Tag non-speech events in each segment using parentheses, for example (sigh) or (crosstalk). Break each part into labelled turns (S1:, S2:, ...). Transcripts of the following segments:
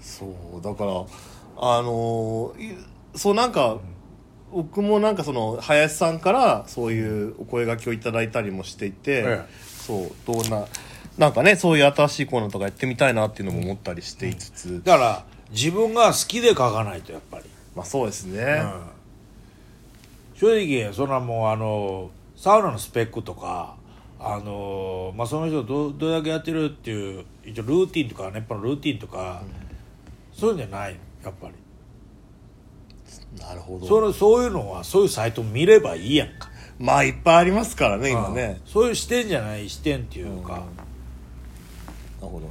S1: そうだからあのーいそうなんか、僕もなんかその林さんからそういうお声がけをいただいたりもしていて、
S2: ええ
S1: そうどうななんかねそういう新しいコーナーとかやってみたいなっていうのも思ったりしていつつ、
S2: だから自分が好きで書かないとやっぱり、
S1: まあそうですね、
S2: 正直そんなもうあのサウナのスペックとかあのまあその人どどれだけやってるっていう一応ルーティンとか熱波のルーティンとか、そういうんじゃないやっぱり
S1: なるほ
S2: そ
S1: ど
S2: れそういうのはそういうサイト見ればいいやんか
S1: まあいっぱいありますからね今ねなる
S2: うんそういう視点じゃない視点っていうか、
S1: ほど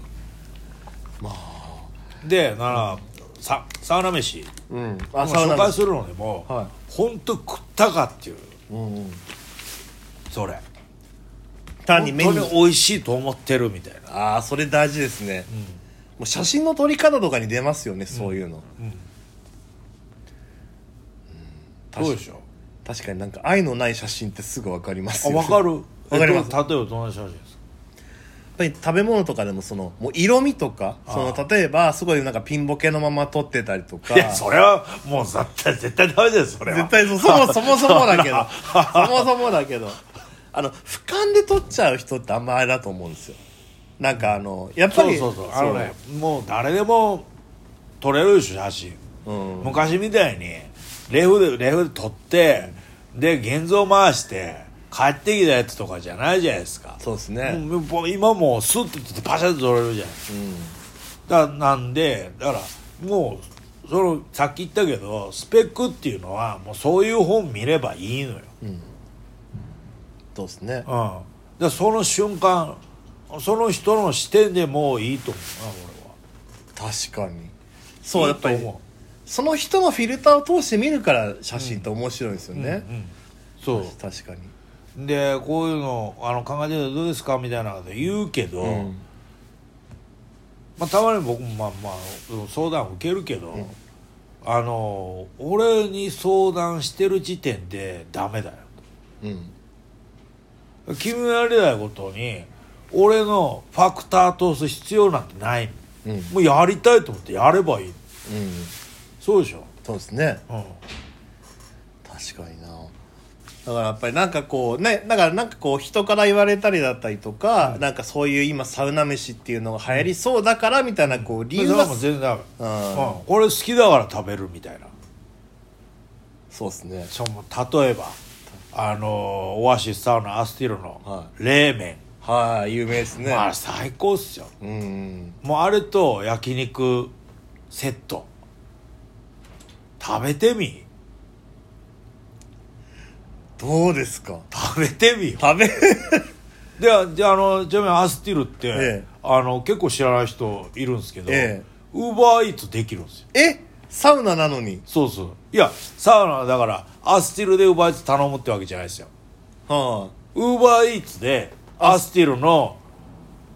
S2: でならさサウナ飯
S1: うん
S2: も
S1: あ
S2: う
S1: サウナ
S2: 紹介
S1: 飯
S2: するのでも、
S1: は
S2: 本当食ったかっていう
S1: うんうん
S2: それ
S1: 単
S2: 本
S1: に
S2: 当
S1: メニュ
S2: に
S1: ー
S2: 美味しいと思ってるみたいな
S1: ああそれ大事ですね、もう写真の撮り方とかに出ますよねそういうの、
S2: どうでしょう
S1: 確かになんか愛のない写真ってすぐ分かります
S2: あ
S1: よ
S2: 分かる
S1: わかります
S2: えっと例えばどんな写真ですか
S1: やっぱり食べ物とかでもそのもう色味とかその例えばすごいなんかピンボケのまま撮ってたりとか
S2: いやそれはもう絶対絶対ダメですそれは
S1: 絶対そそ
S2: (laughs)
S1: もそもそもだけどそもそもだけどあの俯瞰で撮っちゃう人ってあんまあれだと思うんですよなんかあのやっぱ
S2: そう
S1: り
S2: そうそうあのねもう誰でも撮れるでしょ写真、
S1: うん
S2: 昔みたいにレフでレフで撮ってで現像回して帰ってきたやつとかじゃないじゃないですか
S1: そうですね、
S2: もうもう今もうスッと撮ってパシャッと撮れるじゃないですか、だなんでだからもうそのさっき言ったけどスペックっていうのはもうそういう本見ればいいのよ、
S1: そうですね
S2: うん、でその瞬間その人の視点でもういいと思うな俺は
S1: 確かにそうやっぱ
S2: いい
S1: り
S2: と思
S1: その人のフィルターを通して見るから写真って面白いんですよね、
S2: うそ
S1: 確かに
S2: うでこういうのあの考えてるとどうですかみたいなこと言うけど、
S1: ん
S2: まあ、たまに僕もまあまあ相談受けるけど、あの俺に相談してる時点でダメだよ
S1: うん
S2: 決められないことに俺のファクター通す必要なんてない、
S1: うん
S2: もうやりたいと思ってやればいい
S1: うん
S2: そうでしょ、
S1: そうですね
S2: うん、
S1: 確かになだからやっぱりなんかこうねだからなんかこう人から言われたりだったりとか、なんかそういう今サウナ飯っていうのが流行りそうだからみたいなこう理由
S2: それ
S1: が、
S2: はもう全然ダメ、
S1: うん
S2: うんこれ好きだから食べるみたいな
S1: そうですね
S2: その例えばあのオアシスサウナアスティロの
S1: は
S2: 冷麺、
S1: はい、有名ですね、
S2: まあ最高っすよ
S1: うん
S2: もうあれと焼肉セット食べてみ
S1: どうですか
S2: 食べてみよ
S1: 食べ (laughs)
S2: でじゃああのちなみにアスティルって、
S1: ええ
S2: あの結構知らない人いるんですけど、
S1: ええ
S2: ウーバーイーツできるんですよ
S1: えサウナなのに
S2: そうそういやサウナはだからアスティルでウーバーイーツ頼むってわけじゃないですよ
S1: は
S2: ウーバーイーツでアスティルの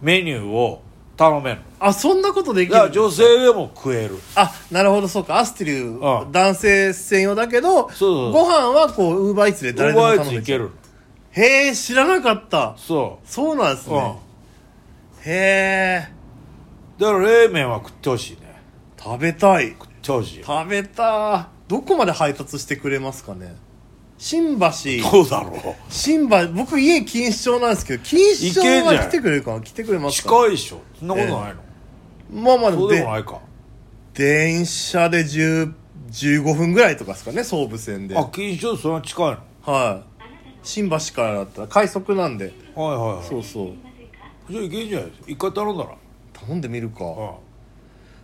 S2: メニューを頼める
S1: ああそんなことでき
S2: だから
S1: る
S2: 女性でも食える
S1: あなるほどそうかアスティル
S2: ああ
S1: 男性専用だけど
S2: そう
S1: ご飯はこうウーバーイーツで
S2: ウー
S1: 誰でも
S2: バーイー
S1: 頼
S2: ツ
S1: めち
S2: い
S1: ゃ
S2: け
S1: う
S2: る
S1: へえ知らなかった
S2: そ
S1: そうなんです
S2: う、うん
S1: ね、へえ
S2: だから冷麺は食ってほしいね
S1: 食べたい
S2: 食ってほしい
S1: 食べたどこまで配達してくれますかね新橋
S2: どうだろ
S1: 新橋僕家錦糸町なんですけど錦糸町
S2: いけんじ
S1: は
S2: ゃん
S1: 来てくれるかな来てくれ
S2: う
S1: ますか
S2: 近いでしょそんなことないの、
S1: まあまあで
S2: そ
S1: も
S2: うで
S1: で
S2: もないか
S1: 電車で10 15分ぐらいとかですかね総武線で
S2: あ錦糸町そんな近い
S1: はい新橋からだったら快速なんで
S2: のはいはいはい
S1: そうそう
S2: じゃあいけんじゃないですか一回頼んだら
S1: 頼んでみるか、
S2: うん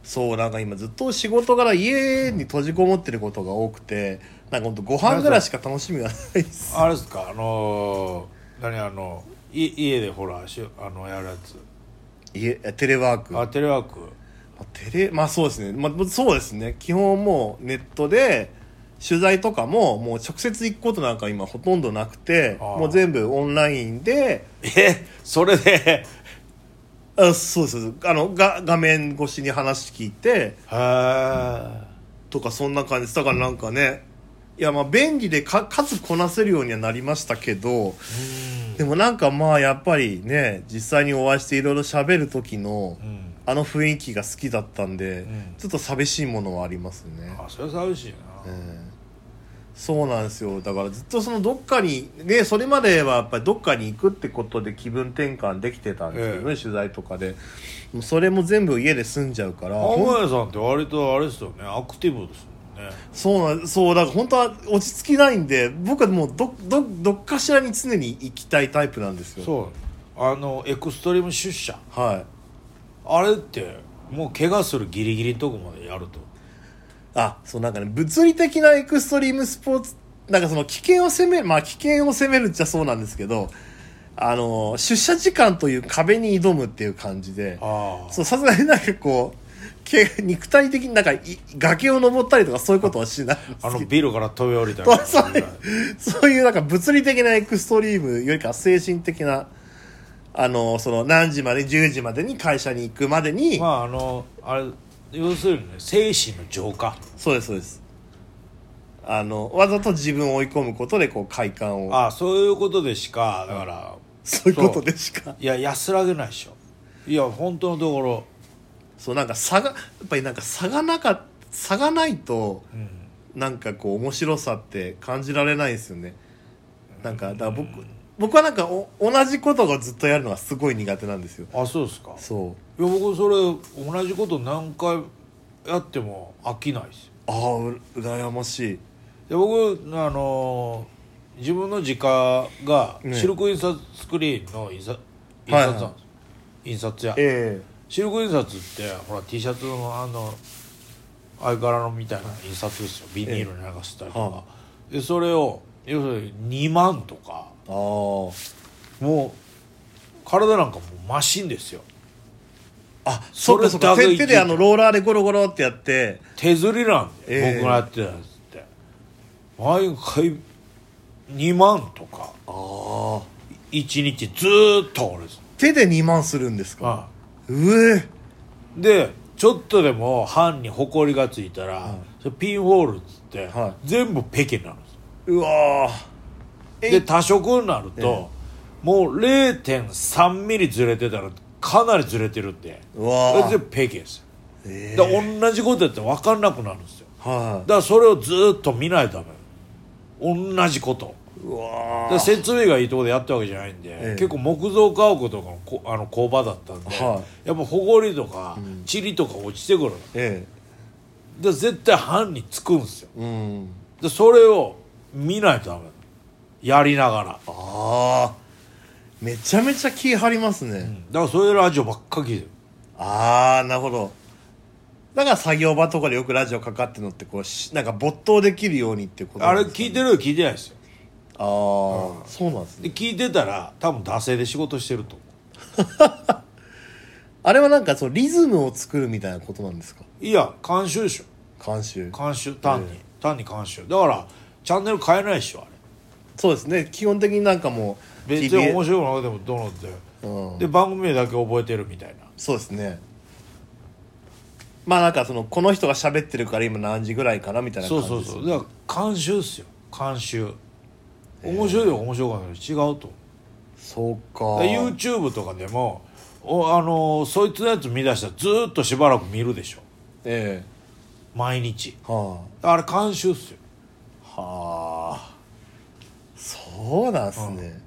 S1: そうなんか今ずっと仕事から家に閉じこもってることが多くてなんかほんとご飯ぐらいしか楽しみがないです
S2: あれですかあのー、何あのい家でほらしあのやるやつ
S1: 家えテレワーク
S2: あ
S1: ま
S2: テレワーク
S1: あテレまあそうですね、まあ、そうですね基本もうネットで取材とかももう直接行くことなんか今ほとんどなくて
S2: ああ
S1: もう全部オンラインで
S2: えそれで
S1: あそうそうそうあのが画面越しに話聞いて
S2: へえ
S1: とかそんな感じですだからなんかねいやまあ便利でか数こなせるようにはなりましたけどでもなんかまあやっぱりね実際にお会いしていろいろ喋る時の
S2: うん
S1: あの雰囲気が好きだったんで、
S2: ん
S1: ちょっと寂しいものはありますね、
S2: あそれは寂しいな、
S1: うんそうなんですよだからずっとそのどっかにねそれまではやっぱりどっかに行くってことで気分転換できてたんですけどね、
S2: え
S1: 取材とかでもうそれも全部家で住んじゃうからほん
S2: 天谷さんって割とあれですよねアクティブですも
S1: そ
S2: んね
S1: うなんそうだから本当は落ち着きないんで僕はもうどどどっかしらに常に行きたいタイプなんですよ
S2: そうあのエクストリーム出社
S1: はい
S2: あれってもう怪我するギリギリのとこまでやると
S1: あそうなんかね物理的なエクストリームスポーツなんかその危険を攻めるまあ危険を攻めるっちゃそうなんですけどあの出社時間という壁に挑むっていう感じで
S2: あ
S1: そうさすがになんかこうけ肉体的になんかい崖を登ったりとかそういうことはしないんです
S2: ああの
S1: けど
S2: ビルから飛び降りたり
S1: そ
S2: と
S1: うそう
S2: か
S1: いうそういうなんか物理的なエクストリームよりか精神的なあのその何時まで10時までに会社に行くまでに、
S2: まああのあれ要するにね精神の浄化
S1: そうですそうですあのわざと自分を追い込むことでこう快感を
S2: ああそういうことでしかだから
S1: そういうことでしか
S2: いや安らげないでしょいや本当のところ
S1: そうなんか差がやっぱりなんか差がなか差がないと
S2: うん
S1: なんかこう面白さって感じられないですよねなんかだから僕僕はなんかお同じことをずっとやるのがすごい苦手なんですよ
S2: あそうですかいや
S1: そう
S2: 僕それ同じこと何回やっても飽きないですよ
S1: ああう羨ましい
S2: で僕あのー自分の実家が
S1: ね
S2: シルク印刷スクリーンの印刷印
S1: はいはい
S2: 刷なんですよ印刷屋
S1: え
S2: シルク印刷ってほら T シャツのあの相柄のみたいな印刷ですよビニールに流したりとか、でそれを要するに2万とか
S1: えあ
S2: もう体なんかもうマシンですよ
S1: ああそっかそっか
S2: それだ
S1: 手
S2: け
S1: 手であのローラーでゴロゴロってやって
S2: 手刷りなんで、
S1: ええ
S2: 僕がやってたやつって毎回2万とか
S1: ああ
S2: 1日ずーっと俺です、
S1: 手で2万するんですか
S2: は
S1: うえ
S2: いでちょっとでも歯にほこりがついたら、それピンホールっつって、
S1: は
S2: 全部ペケになるんです
S1: うわーえい
S2: で多色になると、もう0 3ミリずれてたらかなりずれてるんで
S1: うわー
S2: それでペケですよ、
S1: ええ
S2: だから同じことやって分かんなくなるんですよ
S1: は
S2: だからそれをずーっと見ないとダメ同じこと
S1: いうわ
S2: だ
S1: ー
S2: から設備がいいとこでやったわけじゃないんで、
S1: え
S2: 結構木造家屋とかのこあの工場だったんで、
S1: は
S2: やっぱほこりとか塵とか落ちてくる、
S1: え
S2: で絶対犯につくんですよ
S1: えうん
S2: でそれを見ないとダメやりながら
S1: ああめちゃめちゃ気張りますね、
S2: だからそういうラジオばっか聞いてる
S1: ああなるほどだから作業場とかでよくラジオかかってるのってこうしなんか没頭できるようにっていうことな
S2: あ
S1: ん
S2: れ
S1: ですか
S2: 聞いてるよ聞いてないですよ
S1: ああ、そうなんですね
S2: で聞いてたら多分惰性で仕事してると思
S1: あれはなんかそのリズムを作るみたいなことなんですか
S2: ういや監修でしょ
S1: 監修
S2: 監修単に、単に監修だからチャンネル変えないでしょあれ
S1: そうですね基本的になんかもう
S2: 別に
S1: TBS
S2: 面白いのでもどうのって、
S1: うん
S2: で番組名だけ覚えてるみたいな
S1: そうですねまあなんかそのこの人が喋ってるから今何時ぐらいかなみたいな
S2: そ
S1: 感じ
S2: うそう
S1: です
S2: そうだから監修っすよ監修面白いよ面白くないよ違うと
S1: そう
S2: 思う
S1: か
S2: で YouTube とかでもおあのーそいつのやつ見出したらずーっとしばらく見るでしょ
S1: え
S2: 毎日
S1: えは
S2: あれ監修っすよ
S1: あはあそうなんすね、
S2: だか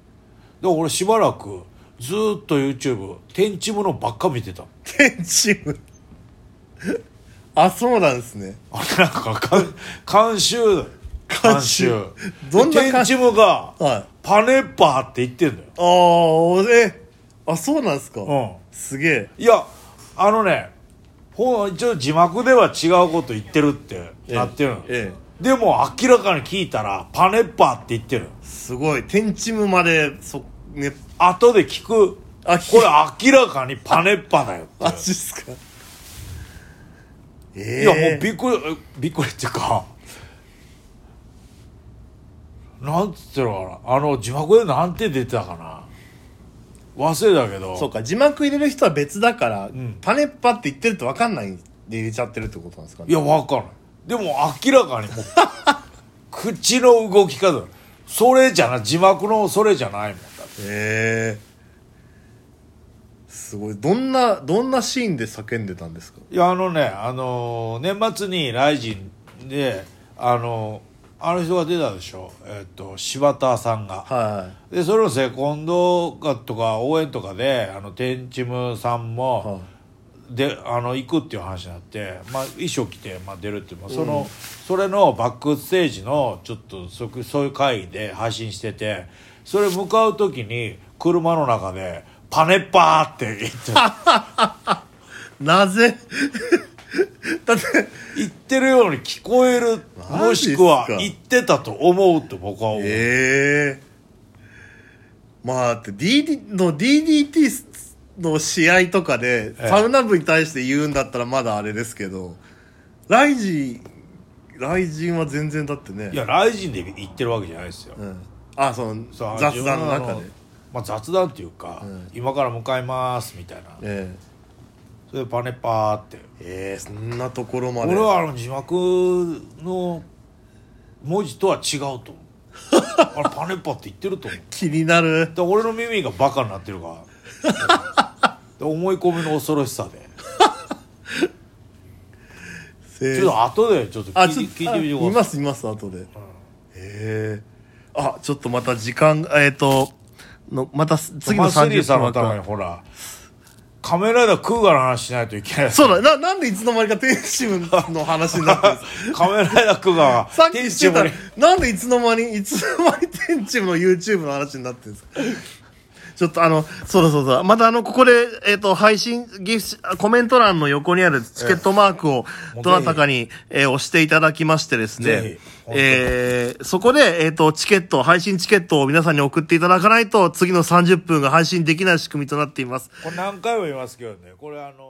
S2: ら俺しばらくずーっと YouTube 天地ものばっか見てた
S1: 天チーム (laughs) あそうなんですね
S2: あれなんかかん監修だよ
S1: 監修どんな監修
S2: 天地もが
S1: はい
S2: パネッパーって言ってんだよ
S1: ああえあそうなんすか、
S2: うん
S1: すげえ
S2: いやあのねほん一応字幕では違うこと言ってるってなってるの、
S1: ええ
S2: でも明らかに聞いたら「パネッパー」って言ってるの
S1: すごい天チムまでそね
S2: 後で聞く
S1: あ聞
S2: これ明らかに「パネッパー」だよっ
S1: (laughs)
S2: て
S1: マジっすかええ
S2: いやもうびっくりえびっくりっていうかなんつってるのかなあの字幕でなんて出てたかな忘れたけど
S1: そうか字幕入れる人は別だから、
S2: ん
S1: パネッパって言ってると分かんないで入れちゃってるってことなんですか
S2: い
S1: ね
S2: やわかんないでも明らか
S1: (laughs)
S2: にもう口の動き方それじゃない字幕のそれじゃないもんだって
S1: へえすごいどんなどんなシーンで叫んでたんですか
S2: いやあのねあのー年末に「ライジンであのーあの人が出たでしょ、えっと柴田さんが、
S1: は
S2: でそれをセコンドかとか応援とかであのテンチムさん
S1: いは
S2: も、
S1: い
S2: であの行くっていう話になって、まあ、衣装着て、まあ、出るっていう、まあそのそれのバックステージのちょっとそそういう会議で配信しててそれ向かう時に車の中で「パネッパー」
S1: (laughs)
S2: って言って
S1: なぜ (laughs) だって
S2: 言ってるように聞こえる
S1: マ
S2: も
S1: ジっす
S2: し
S1: か
S2: くは言ってたと思うと僕は思う、
S1: ええまあだって DD の DDT の試合とかで
S2: ええ
S1: サウナ部に対して言うんだったらまだあれですけど、ライジンライジンは全然だってね
S2: いやライジンで言ってるわけじゃないですよ、
S1: うん、あその
S2: そう
S1: 雑談の中
S2: 自分はあ
S1: で、
S2: まあ、雑談っていうか、今から向かいますみたいな
S1: え
S2: それでパネパーって
S1: えええそんなところまで
S2: 俺はあの字幕の文字とは違うと思
S1: (laughs)
S2: うあれパネパーって言ってると思う
S1: 気になる
S2: だから俺の耳がバカになってるからで思い込みの恐ろしさで
S1: え
S2: ちょっと後でちょっと
S1: あ
S2: 聞い
S1: ち
S2: て
S1: ょっと
S2: 聞いてみて
S1: あ
S2: く
S1: い
S2: だ
S1: ま
S2: さ
S1: すいます後で、ええあちょっとまた時間がえっ、とのまた
S2: い
S1: 次の
S2: マス
S1: 30
S2: リー
S1: 分
S2: さんのた
S1: 枠
S2: めにほらカメラでクーガの話しないといけない
S1: そうだ、な、なんでいつの間にか天使の話になってるんですか
S2: (laughs) カメラだクーガが
S1: さっきしてた
S2: 天
S1: ら
S2: 地もね、
S1: なんでいつの間に、いつの間に天チームの YouTube の話になってるんですかちょっとあの、そうだそうだ。またあの、ここで、えっ、と、配信、ギフト、コメント欄の横にあるチケットマークを、
S2: ええ
S1: どなたかに、えー押していただきましてですね
S2: ぜひ、本当に
S1: えーそこで、えっ、と、チケット、配信チケットを皆さんに送っていただかないと、次の30分が配信できない仕組みとなっています。
S2: これ何回も言いますけどねこれあの